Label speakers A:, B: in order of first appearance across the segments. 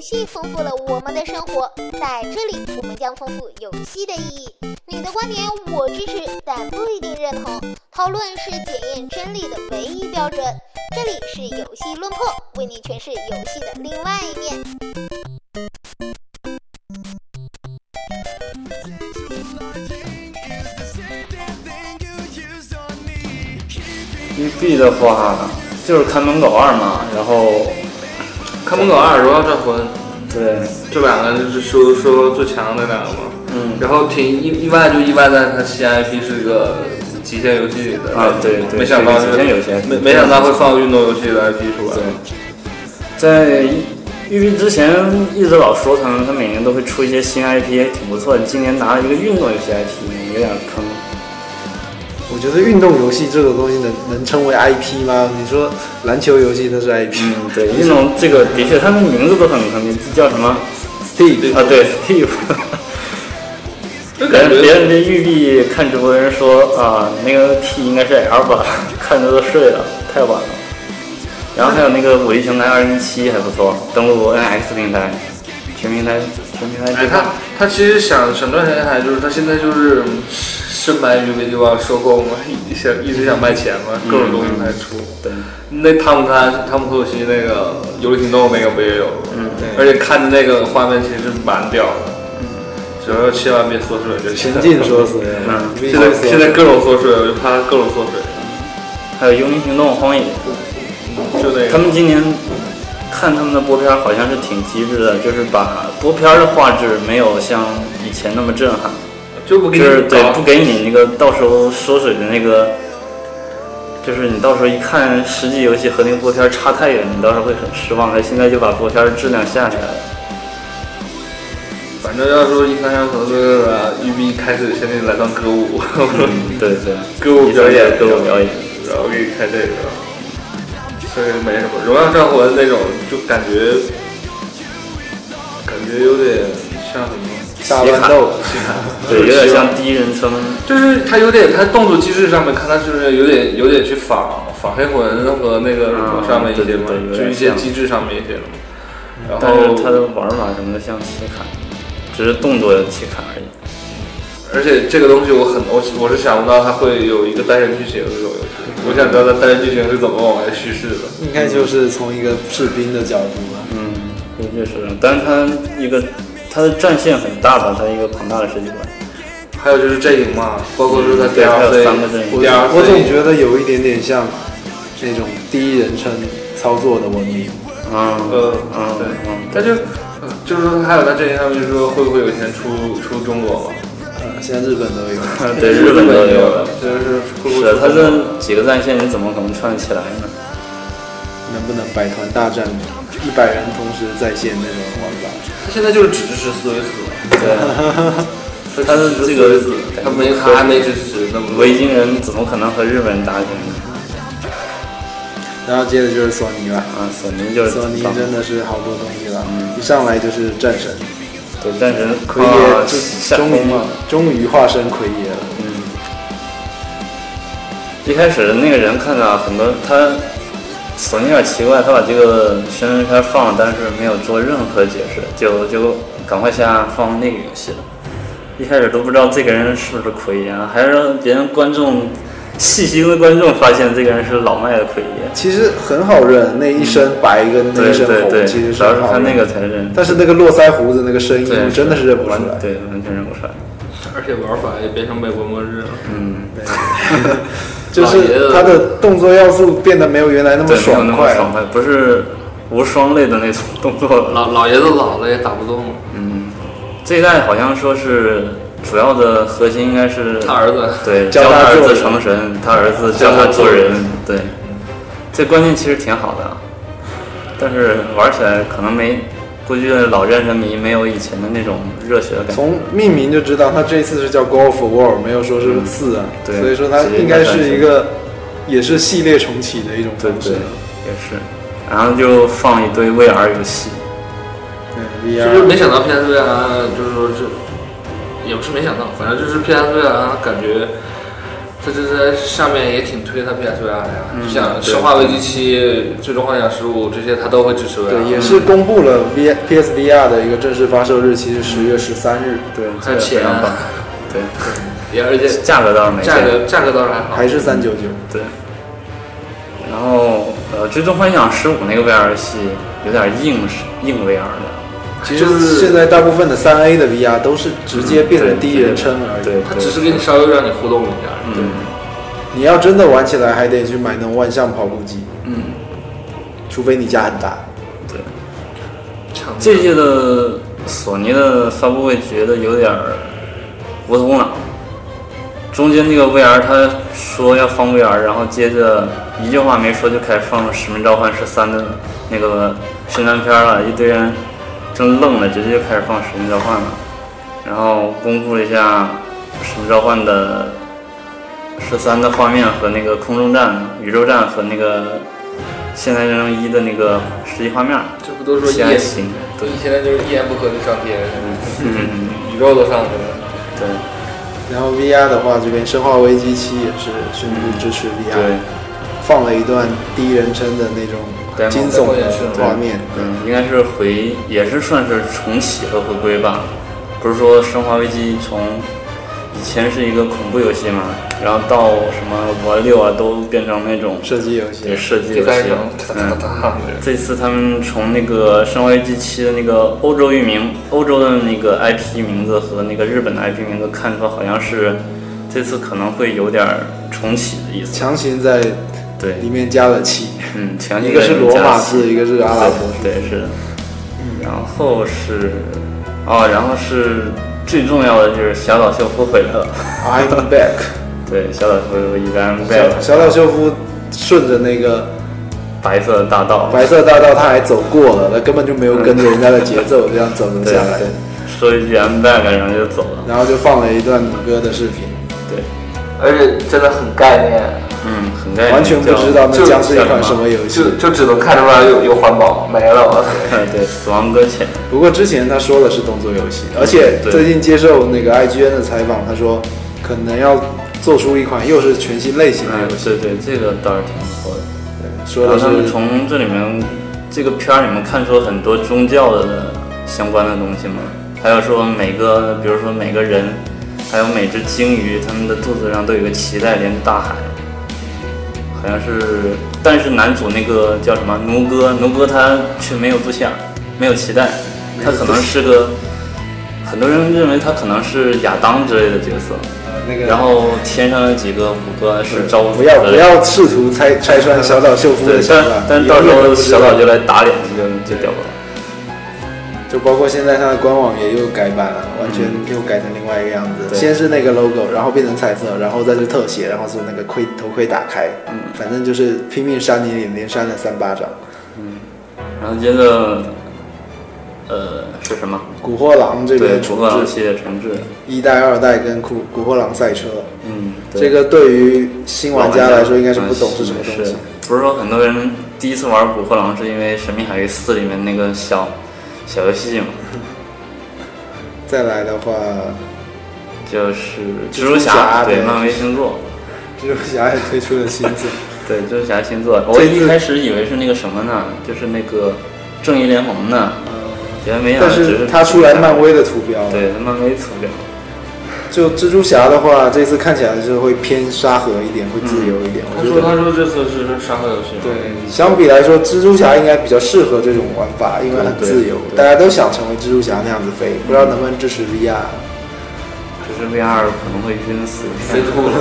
A: 戏丰富了我们的生活，在这里我们将丰富游戏的意义。你的观点我支持，但不一定认同。讨论是检验真理的唯一标准。这里是游戏论破，为你诠释游戏的另外一面。
B: 育碧的话就是看门狗二嘛，然后
C: 看门狗二、荣耀战魂
B: 对，
C: 这两个就是说说最强的两个嘛。
B: 嗯
C: 然后挺意意外，就意外在它新 IP 是一个极限游戏的
B: 啊对对
C: 没想到
B: 是
C: 是
B: 个极限游戏
C: 没没想到会放运动游戏的 IP 出来
B: 对，，在育碧之前一直老说他们，他每年都会出一些新 IP，也挺不错的。今年拿了一个运动游戏 IP，有点坑。
D: 我觉得运动游戏这个东西能能称为 IP 吗？你说篮球游戏那是 IP，、
B: 嗯，对，运动这个的确，他们名字都很坑，你叫什么
D: Steve
B: 啊？对，Steve。
C: 就
B: 别
C: 感
B: 人别
C: 觉
B: 人这育碧看直播的人说啊，那个 T 应该是 L 吧， 看着都睡了，太晚了。然后还有那个《武力全开二零七》还不错，登陆 NX 平台，全平台全平台
C: 哎，
B: 对
C: 他他其实想想赚钱，还就是他现在就是深埋于维迪瓦收购嘛，一想一直想卖钱嘛，
B: 嗯
C: 各种东西卖出。
B: 对，
C: 那汤姆他汤姆克鲁西那个游艇动那个不也有吗？嗯，而且看着那个画面其实蛮屌的，只要千万别缩水就行
D: 前。进说死人，
B: 嗯
D: 微
C: 现在
D: 缩死人
C: 现在各种缩水，我就怕各种缩水，
B: 还有《幽灵行动》《荒野》，
C: 就那
B: 他
C: 个。
B: 们今年看他们的播片儿好像是挺机智的，就是把播片儿的画质没有像以前那么震撼，
C: 就不给
B: 就
C: 你
B: 是对
C: 搞
B: 不给你那个到时候缩水的那个，就是你到时候一看实际游戏和那个播片儿差太远，你到时候会很失望。他现在就把播片儿质量下下来了。
C: 反正要说一三三合作的育碧开始先给你来段歌舞，
B: 对对，
C: 歌舞表演，
B: 歌舞表嗯演。
C: 然后给你开这个，所以没什么。荣耀战魂那种就感觉，感觉有点像什么。
D: 大乱斗，
B: 对，有点像第一人称，
C: 就是他有点，他动作机制上面看他就是有点有点去仿仿黑魂和那个什
D: 啊
C: 么上面一些嘛，
B: 嗯对对对有
C: 就一
B: 点
C: 些
B: 像
C: 机制上面一些嘛。
D: 嗯
C: 然
B: 但是
C: 后
B: 它的玩法什么的像切砍，只是动作有切砍而已。
C: 而且这个东西我很我我是想不到它会有一个单人剧情的这种游戏，我想知道它单人剧情是怎么往外叙事的。
D: 应该就是从一个士兵的角度吧。
B: 嗯，估计是，但是它一个它的战线很大吧，它一个庞大的世界观。
C: 还有就是阵营嘛，包括说它
B: 嗯对啊还有三个
C: DLC
B: 阵营
D: 我
C: DLC，
D: 我总觉得有一点点像那种第一人称操作的文明，
B: 嗯
C: 呃
B: 嗯
C: 对
B: 嗯，
C: 它就呃就是说还有它阵营上面就说会不会有一天出出中国嘛？
D: 呃，现在日本都有。
B: 嗯 对日本都
C: 也
B: 有
C: 了
B: 了。，
C: 就是会不会
B: 是
C: 出
B: 它
C: 中国
B: 这几个战线你怎么可能串得起来呢？
D: 能不能百团大战，一百人同时在线那种玩法？
C: 他现在就是只支持四 v 四，
B: 对，
C: 他
B: 他
C: 是
B: 是
C: 这
B: 这
C: 个
B: 个
C: 他没他还没支持那么多。
B: 维京人怎么可能和日本人打起来呢？
D: 然后接着就是索尼了，
B: 啊，索尼就是
D: 索尼
B: 棒嗯
D: 真的是好多东西了，一上来就是战神，
B: 对战神
D: 嗯奎
B: 啊
D: 爷
B: 下
D: 就
B: 风
D: 终于
B: 嘛。
D: 终于化身奎爷了。
B: 嗯，一开始那个人看到很多，他索尼有点奇怪，他把这个宣传片放了，但是没有做任何解释，就就赶快下放那个游戏了。一开始都不知道这个人是不是奎爷啊，还是让别人观众细心的观众发现这个人是老麦的奎爷。
D: 其实很好认，那一身白跟那
B: 对
D: 一身
B: 对对
D: 红，其实，是
B: 主要是他
D: 很好认。
B: 那个才认，
D: 但是那个络腮胡子那个声音，
B: 对
D: 我真的是认不出
B: 完
D: 来。
B: 对，完全认不出来。
C: 而且玩法也变成美国末日了，
B: 嗯，
D: 就
C: 老爷
D: 是
C: 子
D: 他的动作要素变得没有原来那么
B: 对，没有那
D: 爽
B: 么
D: 快。
B: 爽快，啊不是无双类的那种动作了。
C: 老老爷子老了也打不动了，
B: 嗯，这一代好像说是主要的核心应该是
C: 他儿子
B: 对，
D: 教
B: 教
D: 他
B: 他儿
D: 做
B: 子
D: 人
B: 成神，他儿子教
C: 教
B: 他
C: 他
B: 做
C: 做
B: 人，对，这观念其实挺好的啊，但是玩起来可能没，估计老战神迷没有以前的那种热血的感觉。
D: 从命名就知道，他这次是叫 Go for War，没有说是四啊，
B: 嗯对
D: 所以说它
B: 直接
D: 应该
B: 改成
D: 是一个，也是系列重启的一种
B: 对
D: 方式
B: 对，。也是，然后就放一堆 VR 游戏，
D: 对
C: 就是没
D: VR，
C: 想到 PSVR 就是说这，也不是没想到，反正就是 PSVR 感觉它这在上面也挺推它 PS VR 的呀，
B: 嗯
C: 就像《
B: 对
C: 生化危机七》《最终幻想十五》这些，它都会支持啊 VR。
B: 嗯
D: 对，也是公布了 V PSVR 的一个正式发售日期是十月十三日，对，
C: 还有
B: 非
C: 钱
B: 常棒
C: 啊，，
B: 对，
C: 也 而且
B: 价格倒是没
C: 价
B: 变
C: 格价格倒是还好，
D: 还是三九九。
B: 对。然后呃，《最终幻想十五》那个 VR 游戏有点硬是硬 VR 的，
D: 其
C: 就
D: 实
C: 是
D: 现在大部分的三 A 的 VR 都是直接变成第一人称而已。
B: 对，
C: 它只是给你稍微让你互动一下。
B: 嗯
D: 你要真的玩起来，还得去买那种万向跑步机，
B: 嗯。
D: 除非你家很大。
C: 场
B: 这届的索尼的发布会觉得有点儿无头无脑，中间那个 VR 他说要放 VR，然后接着一句话没说就开始放《使命召唤十三》的那个宣传片了，一堆人正愣了，直接就开始放《使命召唤》了，然后公布了一下《使命召唤》的十三的画面和那个空中站、宇宙站和那个现代战争一的那个实际画面。
C: 这不都说一
B: 其他
C: 言
B: 行，对，
C: 现在就是一言不合就上天，
B: 嗯，
C: 宇宙都上去了。
B: 对
D: 然后 VR 的话，这边《生化危机七》也是宣布支持 VR，、
B: 对，
D: 放了一段第一人称的那种
B: Demo，
D: 惊悚
C: demo 也是
D: 的画面。
B: 嗯，应该是回，也是算是重启和回归吧。不是说《生化危机》从以前是一个恐怖游戏嘛，然后到什么《玩六》啊，都变成那种
D: 射击游
B: 对
D: 戏，
B: 射击
C: 第
B: 游
C: 三
B: 戏
C: 声
B: 了，
C: 哒哒
B: 嗯。
C: 哒哒，
B: 这次他们从那个《生化危机七》的那个欧洲域名、欧洲的那个 IP 名字和那个日本的 IP 名字看出，好像是这次可能会有点儿重启的意思。
D: 强行在
B: 对，
D: 里面加 了七，
B: 嗯，强
D: 一个是罗马字，一个是嗯阿拉伯字。
B: 对，对是的。然后是，哦，然后是最重要的就是小岛秀夫回来了。
D: I'm back。
B: 对，小岛秀夫一般在
D: 小小岛秀夫顺着那个
B: 白色的大道，
D: 白色大道，他还走过了，他根本就没有跟着人家的节奏这样走了
B: 对
D: 下来
B: 对，，说一句 I'm back，然后就走了。
D: 然后就放了一段谷歌的视频，
B: 对，
C: 而且真的很概念，
B: 嗯，很概念
D: 完全不知道那
C: 就
D: 将是一
B: 叫
D: 款
B: 什
D: 什
B: 么
D: 么游戏
C: 就。就只能看出来有有环保没了。我操
B: 对，死亡搁浅。
D: 不过之前他说的是动作游戏，而且
B: 对
D: 最近接受那个 IGN 的采访，他说可能要做出一款又是全新类型的
B: 嗯
D: 游，戏，
B: 对对，这个倒是挺不错的。
D: 说
B: 哎然
D: 的
B: 后他们
D: 是
B: 从这里面这个片儿里面看出很多宗教的相关的东西嘛，还有说每个，比如说每个人，还有每只鲸鱼，它们的肚子上都有一个脐带连着大海，好像是，但是男主那个叫什么奴哥，奴哥他却没有肚脐眼儿，没有脐带，他可能是个，很多人认为他可能是亚当之类的角色。
D: 呃那个，
B: 然后天上有几个五个是招呃
D: 不要不要试图拆拆穿小岛秀夫
B: 对
D: 的，想
B: 但
D: 法，
B: 但
D: 你
B: 到时
D: 永远
B: 候
D: 都不知
B: 小
D: 道
B: 岛就来打脸，就就屌了。
D: 就包括现在它的官网也又改版了，完全又改成另外一个样子。
B: 对
D: 先是那个 logo，然后变成彩色，然后再是特写，然后是那个盔头盔打开，嗯，反正就是拼命扇你脸，连扇了三巴掌。
B: 然后接着，呃，是什么？
D: 古惑狼这
B: 对，
D: 边
B: 除
D: 重
B: 了
D: 置
B: 系列重置，
D: 一代、二代跟古古惑狼赛车，
B: 嗯，对
D: 这个对于新
B: 老
D: 玩家来说应该是不懂是什么
B: 嗯
D: 东西。
B: 是不是说很多人第一次玩《古惑狼》是因为《神秘海域四》里面那个小小游戏嘛？
D: 再来的话，
B: 就是
D: 蜘
B: 蜘
D: 蛛
B: 蛛
D: 侠
B: 侠，对，
D: 对
B: 漫威星座。
D: 蜘蛛侠也推出了新作，
B: 对，蜘蛛侠星座，我
D: 这次
B: 一开始以为是那个什么呢，就是那个正义联盟呢，原来没想到
D: 但
B: 只
D: 是它出来漫威的图标了。
B: 对，漫威出标。
D: 就蜘蛛侠的话，这次看起来就是会偏沙盒一点，会自由一点。
C: 他
D: 我觉
C: 说
D: 得
C: 他说这次是沙盒游戏嘛，
D: 对，相比来说，蜘蛛侠应该比较适合这种玩法，因为很自由，
B: 对对
D: 大家都想成为蜘蛛侠那样子飞。不知道能不能支持 VR？
B: 只是 VR 可能会晕死。
C: 飞吐了。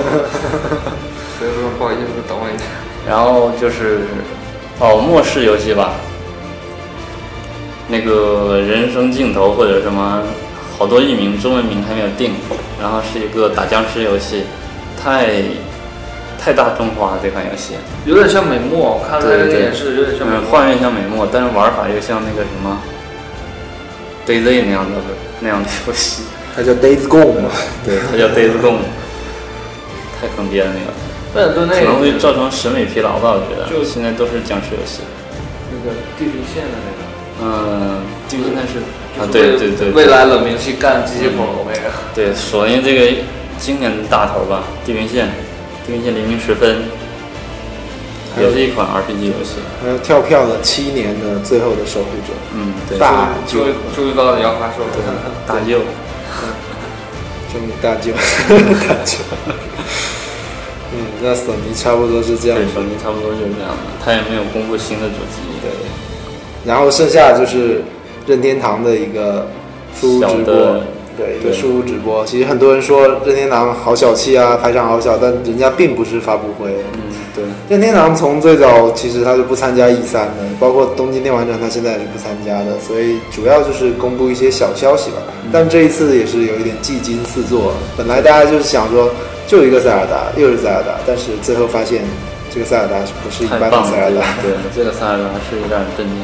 C: 所以说不好意思，等我一下。
B: 然后就是，哦，末世游戏吧，那个人生尽头或者什么，好多译名，中文名还没有定。然后是一个打僵尸游戏，太太大众化了这款游戏，
C: 有点像美墨，我看他那
B: 对
C: 个
B: 对
C: 演示有点像美
B: 嗯，
C: 墨。
B: 画面像美墨，但是玩法又像那个什么 DayZ 那样的那样的游戏，
D: 它叫 Days Gone 嘛。对，
B: 它叫 DayZ Gone，太坑爹了那个。
C: 曼顿那
B: 可
C: 个
B: 能会造成审美疲劳吧，我觉得。
C: 就
B: 现在都是僵尸游戏。
C: 那个地平线的那个。
B: 嗯，这个应该是啊，
C: 就是
B: 对
C: 为
B: 对对，
C: 未来冷兵器干机器恐龙那个，
B: 对索尼这个经典的大头吧，《地平线》 《地平线：黎明时分》也是一款 RPG 游戏。
D: 还有跳票了七年的最后的守护者，
B: 嗯，对，
D: 大
C: 终
D: 舅
C: 于终于到你要发售了，
B: 大舅，
D: 终于大舅 大舅，嗯，那索尼差不多是这样
B: 对，
D: 子。
B: 手机差不多就是这样的，它也没有公布新的主机。对，
D: 然后剩下就是任天堂的一个书屋直
B: 小的
D: 播，对，一个
B: 对
D: 书屋直播。其实很多人说任天堂好小气啊，排场好小，但人家并不是发布会。
B: 嗯，对，
D: 任天堂从最早其实他就不参加 E 三的，包括东京电玩展，他现在也是不参加的，所以主要就是公布一些小消息吧。
B: 嗯
D: 但这一次也是有一点技惊四座，本来大家就是想说就一个塞尔达，又是塞尔达，但是最后发现这个塞尔达是不是一
B: 太
D: 般的
B: 棒了
D: 塞尔，
B: 这个
D: 达，
B: 对，这个塞尔达是有点震惊，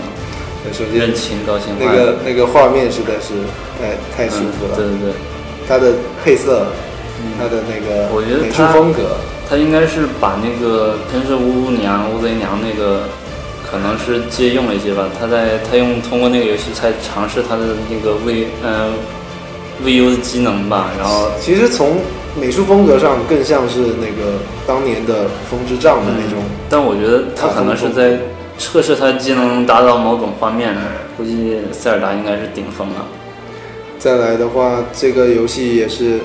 D: 首先
B: 认清高清
D: 那
B: 化
D: 个那个画面实在是太太
B: 哎嗯
D: 舒服了，
B: 对对对。嗯
D: 它的配色，它的那个
B: 我觉得
D: 美术
B: 它
D: 风格，
B: 他应该是把那个喷射乌乌娘、乌贼娘那个，可能是借用了一些吧。他在他用通过那个游戏才尝试他的那个 V 嗯、VU 的机能吧，然后
D: 呃其实从美术风格上更像是那个当年的《风之杖》的那种。
B: 但我觉得他可能是在测试他技能达到某种画面，估计塞尔达应该是顶峰了。嗯
D: 再来的话，这个游戏也是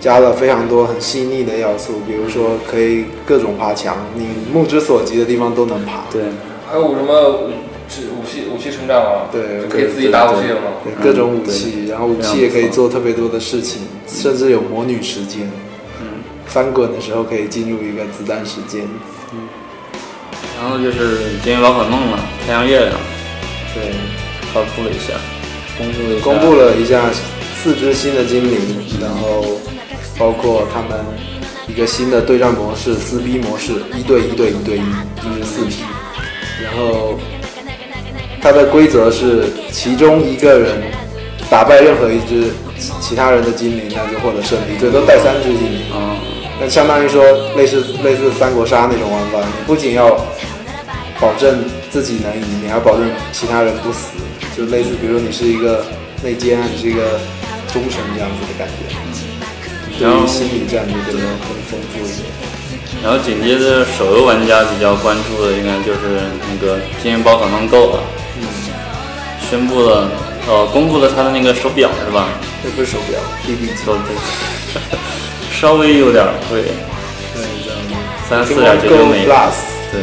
D: 加了非常多很细腻的要素，比如说可以各种爬墙，你目之所及的地方都能爬。
B: 对，
C: 还有什么武这武器武器成长啊？
D: 对
C: 就可以自己打武器了吗？
D: 对
B: 嗯
D: 各种武器，然后武器也可以做特别多的事情，
C: 嗯
D: 甚至有魔女时间。
B: 嗯，
D: 翻滚的时候可以进入一个子弹时间。
B: 然后就是《精灵宝可梦》了，《太阳月亮》
D: 对，
B: 发布了一下，公布了一下，
D: 公布了一下四只新的精灵，然后包括他们一个新的对战模式，撕逼模式，一对一对一对一，就是四批。然后它的规则是，其中一个人打败任何一只其其他人的精灵，那就获得胜利，最多带三只精灵。
B: 嗯，
D: 那相当于说类似类似三国杀那种玩法，你不仅要保证自己能赢，你还要保证其他人不死，就类似比如你是一个内奸啊，你是一个忠臣这样子的感觉。对
B: 然后
D: 于心理战略这个很丰富一点。
B: 然后紧接着手游玩家比较关注的应该就是那个《精灵宝可梦 GO》了，宣布了，呃，公布了它的那个手表是吧？
D: 这不是手表，BB 机。
B: 手表 稍微有点贵，
D: 对，这样子。
B: 三四点九九
D: Pokemon
B: 美元，
D: Go Plus，
B: 对，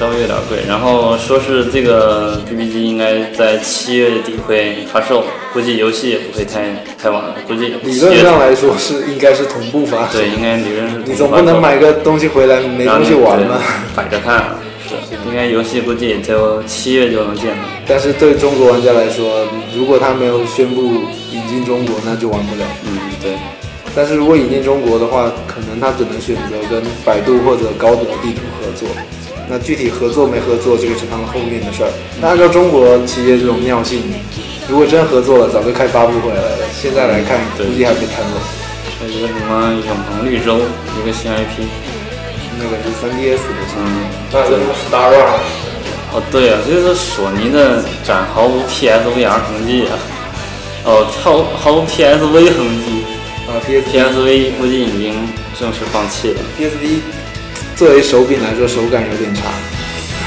B: 稍微有点贵。然后说是这个 BB 机应该在七月底会发售，估计游戏也不会太太晚了，估计
D: 理
B: 七
D: 论
B: 月
D: 上来说是应该是同步发售。
B: 对，应该理论是
D: 你总
B: 同
D: 不
B: 步发
D: 能
B: 售
D: 买个东西回来没
B: 然后
D: 东西玩吧？
B: 对摆着看，是应该游戏估计也就七月就能见到。
D: 但是对中国玩家来说，如果他没有宣布引进中国，那就玩不了。
B: 嗯，对，
D: 但是如果引进中国的话，可能他只能选择跟百度或者高德地图合作。那具体合作没合作，这个是他们后面的事儿。那按照中国企业这种尿性，如果真合作了，早就开发布会了。现在来看，
B: 对
D: 估计还没谈拢。
B: 还有一个什么永恒绿洲，一个新 IP，
D: 那个是 3DS 的事情，
B: 嗯，
C: 那你们 Star Run
B: 哦对啊，就是索尼的展毫无 PSVR 痕迹啊， 哦，毫毫无 PSV 痕迹
D: 啊，PSP
B: ，PSV 估计已经正式放弃了。
D: PSP 作为手柄来说，手感有点差。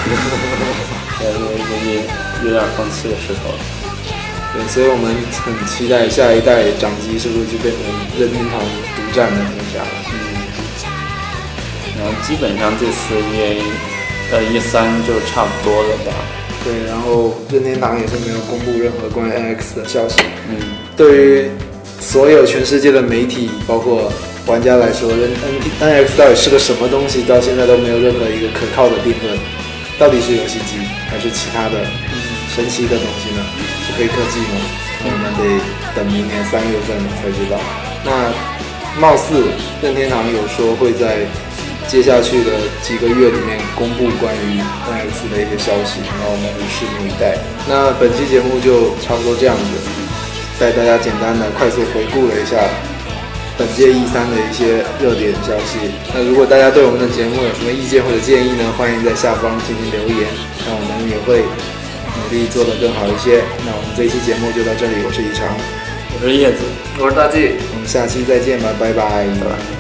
B: PSV 估计有点放弃的势头了。
D: 对，所以我们很期待下一代掌机是不是就变成任天堂独占的天下了。嗯
B: 然后基本上这次 EA，呃 E 三就差不多了吧。
D: 对，然后任天堂也是没有公布任何关于 NX 的消息。
B: 嗯，
D: 对于所有全世界的媒体，包括玩家来说，任 N NX 到底是个什么东西，到现在都没有任何一个可靠的定论。到底是游戏机还是其他的神奇的东西呢？是黑科技吗？那我们得等明年三月份才知道。那貌似任天堂有说会在接下去的几个月里面公布关于 NX 的一些消息，那我们拭目以待。那本期节目就差不多这样子，带大家简单的快速回顾了一下本届 E 三的一些热点消息。那如果大家对我们的节目有什么意见或者建议呢？欢迎在下方进行留言，那我们也会努力做得更好一些。那我们这一期节目就到这里，我是以常，
B: 我是叶子。
C: 我是大 G。
D: 我们下期再见吧，拜拜